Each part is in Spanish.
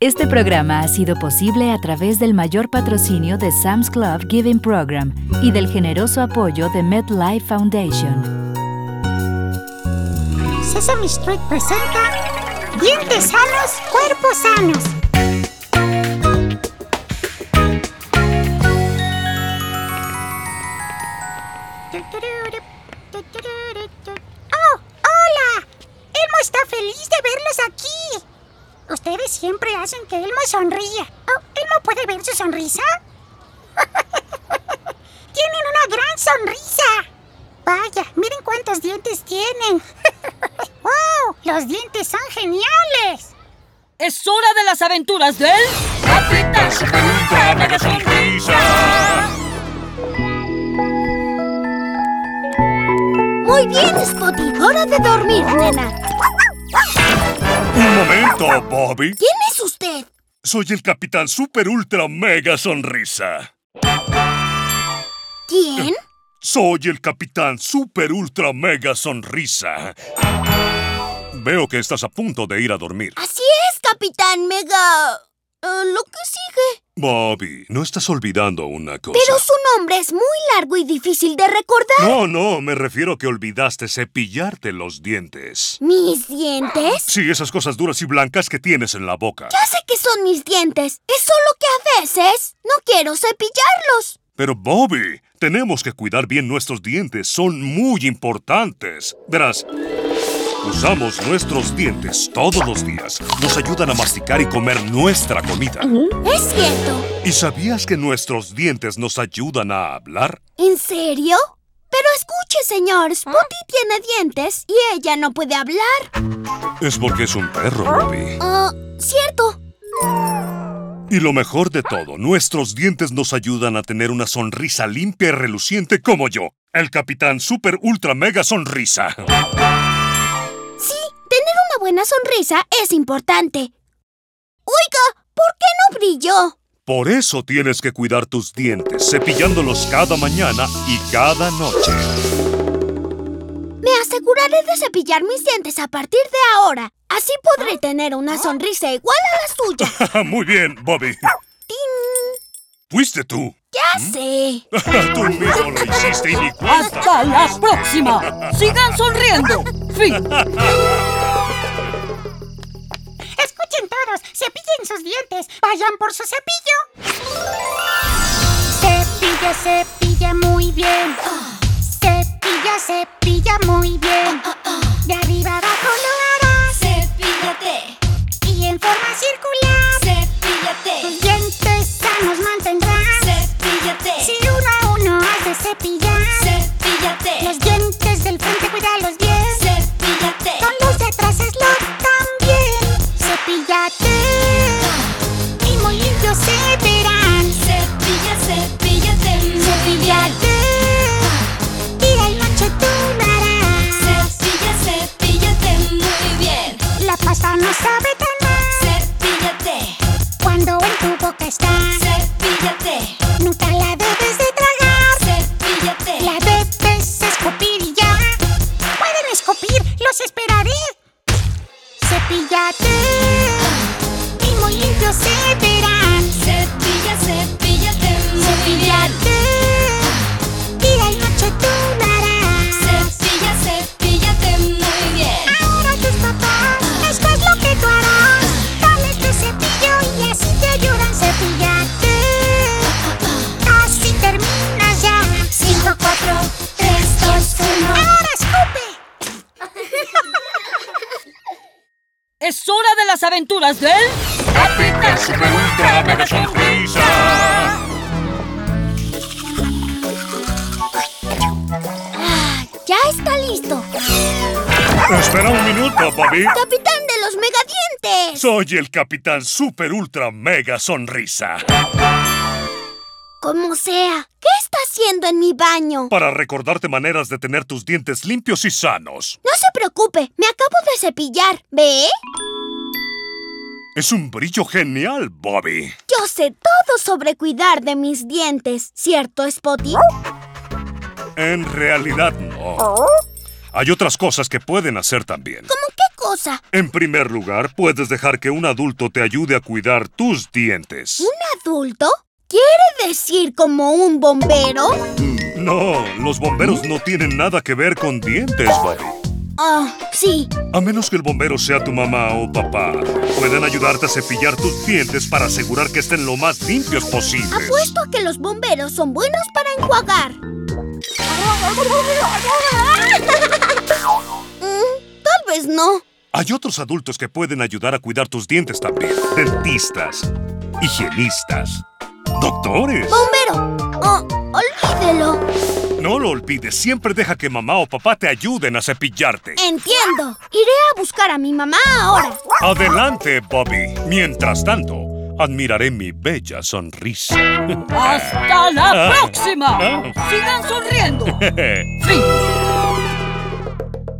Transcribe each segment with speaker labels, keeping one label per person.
Speaker 1: Este programa ha sido posible a través del mayor patrocinio de Sam's Club Giving Program y del generoso apoyo de MedLife Foundation.
Speaker 2: Sesame Street presenta Dientes sanos, cuerpos sanos. ¡Oh, hola! Elmo está feliz de verlos aquí. Ustedes siempre hacen que Elmo sonría. Oh, ¿Elmo puede ver su sonrisa? Tienen una gran sonrisa. Vaya, miren cuántos dientes tienen. ¡Wow! Los dientes son geniales.
Speaker 3: Es hora de las aventuras del...
Speaker 4: Capitán de sonrisa.
Speaker 5: Muy bien, Spotty. Hora de dormir, nena.
Speaker 4: Un momento, Bobby.
Speaker 5: ¿Quién es usted?
Speaker 4: Soy el Capitán Super Ultra Mega Sonrisa.
Speaker 5: ¿Quién?
Speaker 4: Soy el Capitán Super Ultra Mega Sonrisa. Veo que estás a punto de ir a dormir.
Speaker 5: Así es, Capitán Mega... eh, lo que sigue.
Speaker 4: Bobby, no estás olvidando una cosa.
Speaker 5: Pero su nombre es muy largo y difícil de recordar.
Speaker 4: No, no, me refiero que olvidaste cepillarte los dientes.
Speaker 5: ¿Mis dientes?
Speaker 4: Sí, esas cosas duras y blancas que tienes en la boca.
Speaker 5: Ya sé que son mis dientes. Es solo que a veces no quiero cepillarlos.
Speaker 4: Pero Bobby, tenemos que cuidar bien nuestros dientes, son muy importantes. Verás, usamos nuestros dientes todos los días. Nos ayudan a masticar y comer nuestra comida.
Speaker 5: Es cierto.
Speaker 4: ¿Y sabías que nuestros dientes nos ayudan a hablar?
Speaker 5: ¿En serio? Pero escuche, señor. Spotty tiene dientes y ella no puede hablar.
Speaker 4: Es porque es un perro, Bobby.
Speaker 5: Ah, cierto.
Speaker 4: Y lo mejor de todo, nuestros dientes nos ayudan a tener una sonrisa limpia y reluciente como yo, el capitán super ultra mega sonrisa.
Speaker 5: Sí, tener una buena sonrisa es importante. Oiga, ¿por qué no brilló?
Speaker 4: Por eso tienes que cuidar tus dientes, cepillándolos cada mañana y cada noche.
Speaker 5: Me aseguraré de cepillar mis dientes a partir de ahora. Así podré tener una sonrisa igual a la suya.
Speaker 4: Ah, Muy bien, Bobby. Fuiste tú.
Speaker 5: Ya sé.
Speaker 4: tú mismo lo hiciste y ni cuenta.
Speaker 3: ¡Hasta la próxima! ¡Sigan sonriendo! ¡Fin!
Speaker 2: Escuchen todos, cepillen sus dientes, vayan por su cepillo. Cepilla, cepilla muy bien. Cepilla, cepilla muy bien. De arriba abajo lo harás
Speaker 6: Cepíllate,
Speaker 2: y en forma circular. Tus
Speaker 6: cepíllate,
Speaker 2: dientes sanos mantendrás. Si
Speaker 6: cepíllate,
Speaker 2: uno a uno has de cepillar,
Speaker 6: cepíllate,
Speaker 2: los dientes del frente cuídalos bien.
Speaker 6: cepíllate,
Speaker 2: Con los de atrás hazlo también. Cepillate y muy limpio se verán.
Speaker 6: cepilla, cepíllate,
Speaker 2: Cepillate día y noche tú lo harás.
Speaker 6: cepilla, cepíllate, muy bien,
Speaker 2: La pasta no sabe tan mal
Speaker 6: cepíllate,
Speaker 2: cuando en tu boca está.
Speaker 6: cepíllate,
Speaker 2: Nunca la debes de tragar.
Speaker 6: cepíllate,
Speaker 2: La debes escupir y ya. Pueden escupir, los esperaré. Cepillate y muy limpio se verán.
Speaker 6: cepilla, cepíllate, muy bien,
Speaker 2: Cepillate día y noche tú lo harás.
Speaker 6: cepilla, cepíllate, muy bien,
Speaker 2: Ahora tus papás, esto es lo que tú harás. Dale tu cepillo y así te ayudan. Cepillate, así terminas ya. 5, 4, 3, 2, 1. Ahora escupe.
Speaker 3: Es hora de las aventuras del...
Speaker 4: Capitán super ultra mega sonrisa.
Speaker 5: Ah, ya está listo.
Speaker 4: Espera un minuto, Bobby.
Speaker 5: Capitán de los megadientes.
Speaker 4: Soy el capitán super ultra mega sonrisa.
Speaker 5: Como sea, ¿qué está haciendo en mi baño?
Speaker 4: Para recordarte maneras de tener tus dientes limpios y sanos.
Speaker 5: No se preocupe, me acabo de cepillar. ¿Ve?
Speaker 4: Es un brillo genial, Bobby.
Speaker 5: Yo sé todo sobre cuidar de mis dientes, ¿cierto, Spotty?
Speaker 4: En realidad no. hay otras cosas que pueden hacer también.
Speaker 7: ¿Cómo qué cosa?
Speaker 4: En primer lugar, puedes dejar que un adulto te ayude a cuidar tus dientes.
Speaker 7: ¿Un adulto? ¿Quiere decir como un bombero?
Speaker 4: No, los bomberos no tienen nada que ver con dientes, Bobby.
Speaker 7: Ah, sí.
Speaker 4: A menos que el bombero sea tu mamá o papá, pueden ayudarte a cepillar tus dientes para asegurar que estén lo más limpios posibles.
Speaker 7: Apuesto a que los bomberos son buenos para enjuagar. Mm, tal vez no.
Speaker 4: Hay otros adultos que pueden ayudar a cuidar tus dientes también. Dentistas, higienistas, doctores.
Speaker 7: Bombero.
Speaker 5: oh,
Speaker 7: Ah, olvídelo.
Speaker 4: No lo olvides, siempre deja que mamá o papá te ayuden a cepillarte.
Speaker 7: Entiendo. Iré a buscar a mi mamá ahora.
Speaker 4: Adelante, Bobby. Mientras tanto, admiraré mi bella sonrisa.
Speaker 3: ¡Hasta la próxima! ¡Sigan sonriendo! ¡Fin!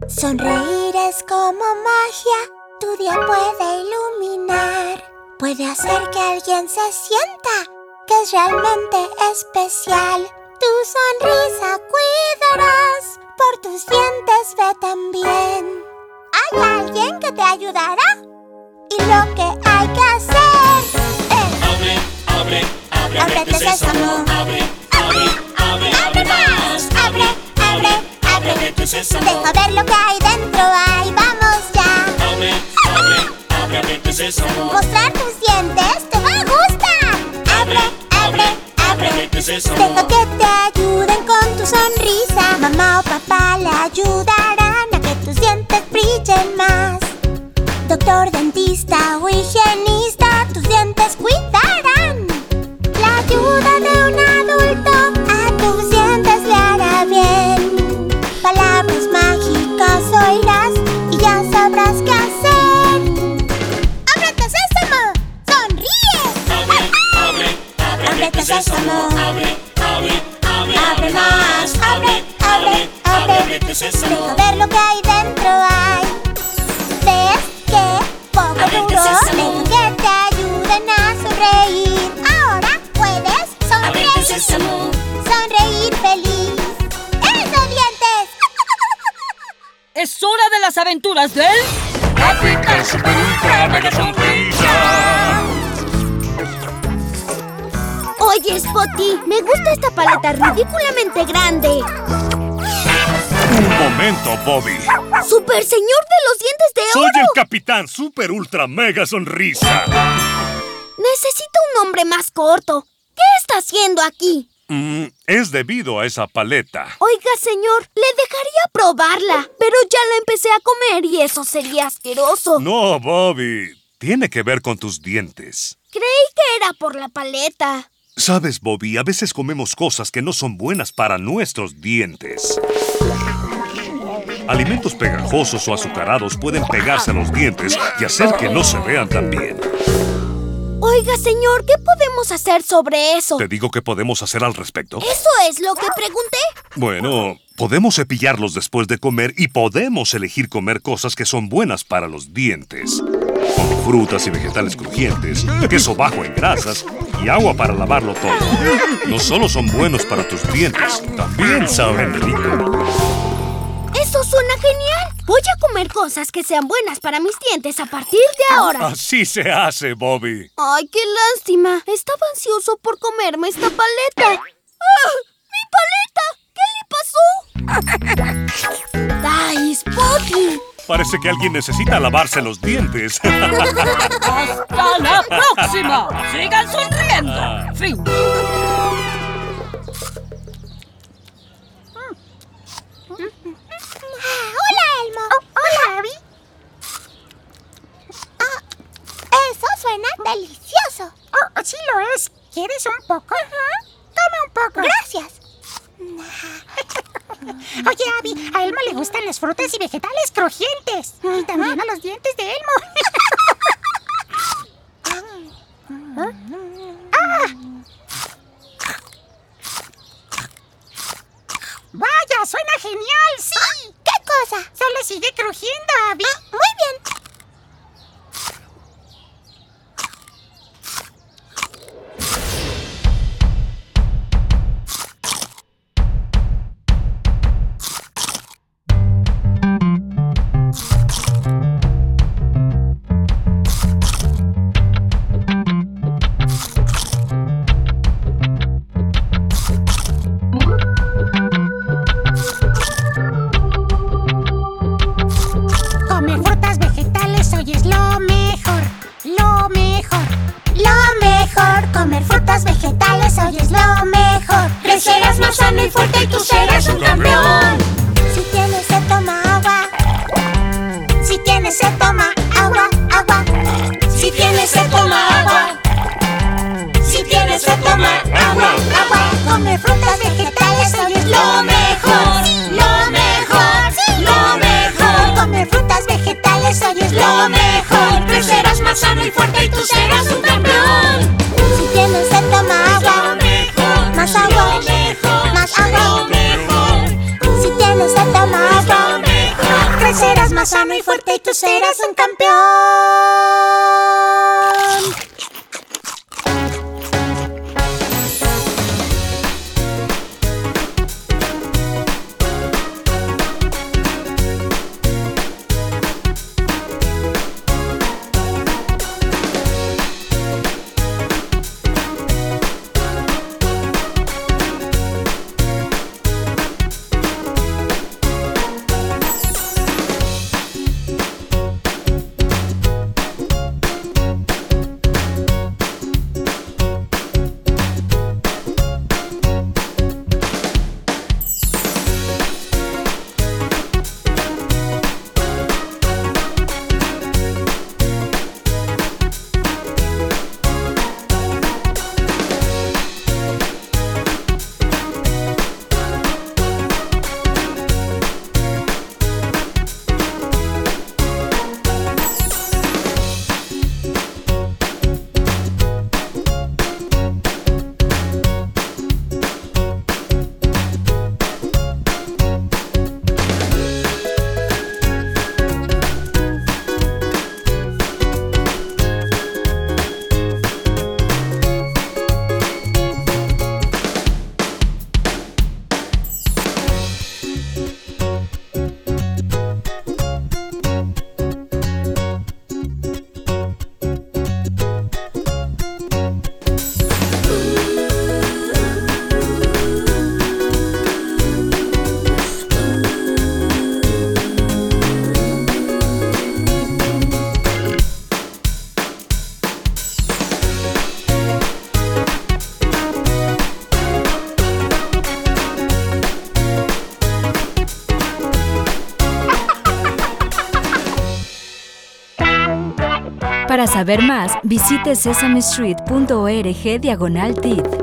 Speaker 2: Sonreír es como magia, tu día puede iluminar, puede hacer que alguien se sienta que es realmente especial. Tu sonrisa cuidarás, por tus dientes ve también. Hay alguien que te ayudará y lo que hay que hacer es
Speaker 8: Abre, abre, abre,
Speaker 2: Ábrete,
Speaker 8: abre,
Speaker 2: sésamo.
Speaker 8: sésamo. Abre, abre, abre, abre más. Abre, abre, abre tu sésamo.
Speaker 2: deja ver lo que hay dentro. Ahí vamos ya.
Speaker 8: Abre, abre, abre, abre tu sésamo.
Speaker 2: Mostrar tus dientes te va a gustar. Abre, abre, abre.
Speaker 8: Abre tu sésamo.
Speaker 2: Deja que te ayuden con tu sonrisa. Mamá o papá le ayudarán a que tus dientes brillen más. Doctor, dentista o higienista, tus dientes cuidarán. La ayuda de un adulto a tus dientes le hará bien. Palabras mágicas oirás y ya sabrás qué hacer. ¡Ábrete, sésamo!
Speaker 8: Abre,
Speaker 2: ¡Sonríe!
Speaker 8: abre, abre, abre tu sésamo. Abre, abre, abre,
Speaker 2: Abre más, abre, abre, abre.
Speaker 8: abre tu
Speaker 2: Deja
Speaker 8: sésamo.
Speaker 2: ver lo que hay dentro, hay. ¿Ves que poco
Speaker 8: Abre tu
Speaker 2: duro? Deja
Speaker 8: sésamo.
Speaker 2: que te ayuden a sonreír. Ahora puedes
Speaker 8: Abre tu
Speaker 2: sonreír.
Speaker 8: sésamo.
Speaker 2: Sonreír feliz. ¡Eso, dientes!
Speaker 3: Es hora de las aventuras del...
Speaker 4: Capitán Super Ultra Mega Sonrisa.
Speaker 7: Oye, Spotty, me gusta esta paleta ridículamente grande.
Speaker 4: Un momento, Bobby.
Speaker 7: ¡Super señor de los dientes de
Speaker 4: Soy
Speaker 7: oro!
Speaker 4: el Capitán Super Ultra Mega Sonrisa.
Speaker 7: Necesito un nombre más corto. ¿Qué está haciendo aquí?
Speaker 4: Mm, es debido a esa paleta.
Speaker 7: Oiga, señor, le dejaría probarla, pero ya la empecé a comer y eso sería asqueroso.
Speaker 4: No, Bobby. Tiene que ver con tus dientes.
Speaker 7: Creí que era por la paleta.
Speaker 4: Sabes, Bobby, a veces comemos cosas que no son buenas para nuestros dientes. Alimentos pegajosos o azucarados pueden pegarse a los dientes y hacer que no se vean tan bien.
Speaker 7: Oiga, señor, ¿qué podemos hacer sobre eso?
Speaker 4: ¿Te digo qué podemos hacer al respecto?
Speaker 7: ¿Eso es lo que pregunté?
Speaker 4: Bueno, podemos cepillarlos después de comer y podemos elegir comer cosas que son buenas para los dientes. Como frutas y vegetales crujientes, queso bajo en grasas y agua para lavarlo todo. No solo son buenos para tus dientes, también saben rico.
Speaker 7: Eso suena genial. Voy a comer cosas que sean buenas para mis dientes a partir de ahora.
Speaker 4: Así se hace, Bobby.
Speaker 7: Ay, qué lástima. Estaba ansioso por comerme esta paleta. ¡Ah! ¡Mi paleta! ¿Qué le pasó? ¡Ay, Spotty!
Speaker 4: Parece que alguien necesita lavarse los dientes.
Speaker 3: ¡Hasta la próxima! ¡Sigan sonriendo! ¡Fin!
Speaker 2: Ah, Hola, Elmo.
Speaker 9: Oh,
Speaker 2: hola, Abby. Ah, eso suena delicioso.
Speaker 9: sí Oh, lo es. ¿Quieres un poco? Toma un poco.
Speaker 2: Gracias.
Speaker 9: Oye, Abby, a Elmo le gustan las frutas y vegetales crujientes. Y también a los dientes de Elmo. ¡Ah! ¡Vaya! ¡Suena genial! ¡Sí!
Speaker 2: ¿Qué cosa? Ah,
Speaker 9: Solo sigue crujiendo, Abby.
Speaker 2: Muy bien.
Speaker 10: Come sano y fuerte y tú serás un campeón.
Speaker 2: Si tienes sed, toma agua. Si tienes sed, toma agua, agua.
Speaker 10: Si tienes sed, toma agua. Si tienes sed, toma agua, agua.
Speaker 2: Come frutas, vegetales, hoy es
Speaker 10: Lo mejor, lo mejor, lo mejor.
Speaker 2: Come frutas, vegetales, hoy es
Speaker 10: Lo mejor, crecerás más sano y fuerte y tú serás un campeón.
Speaker 2: Si tienes sed, toma
Speaker 10: Lo
Speaker 2: agua.
Speaker 10: mejor,
Speaker 2: Más agua.
Speaker 10: lo mejor,
Speaker 2: Más agua.
Speaker 10: lo mejor,
Speaker 2: Si tienes sed, toma
Speaker 10: lo
Speaker 2: agua.
Speaker 10: mejor.
Speaker 2: Crecerás más sano y fuerte y tú serás un campeón.
Speaker 1: Para saber más, visite sesamestreet.org diagonal TID.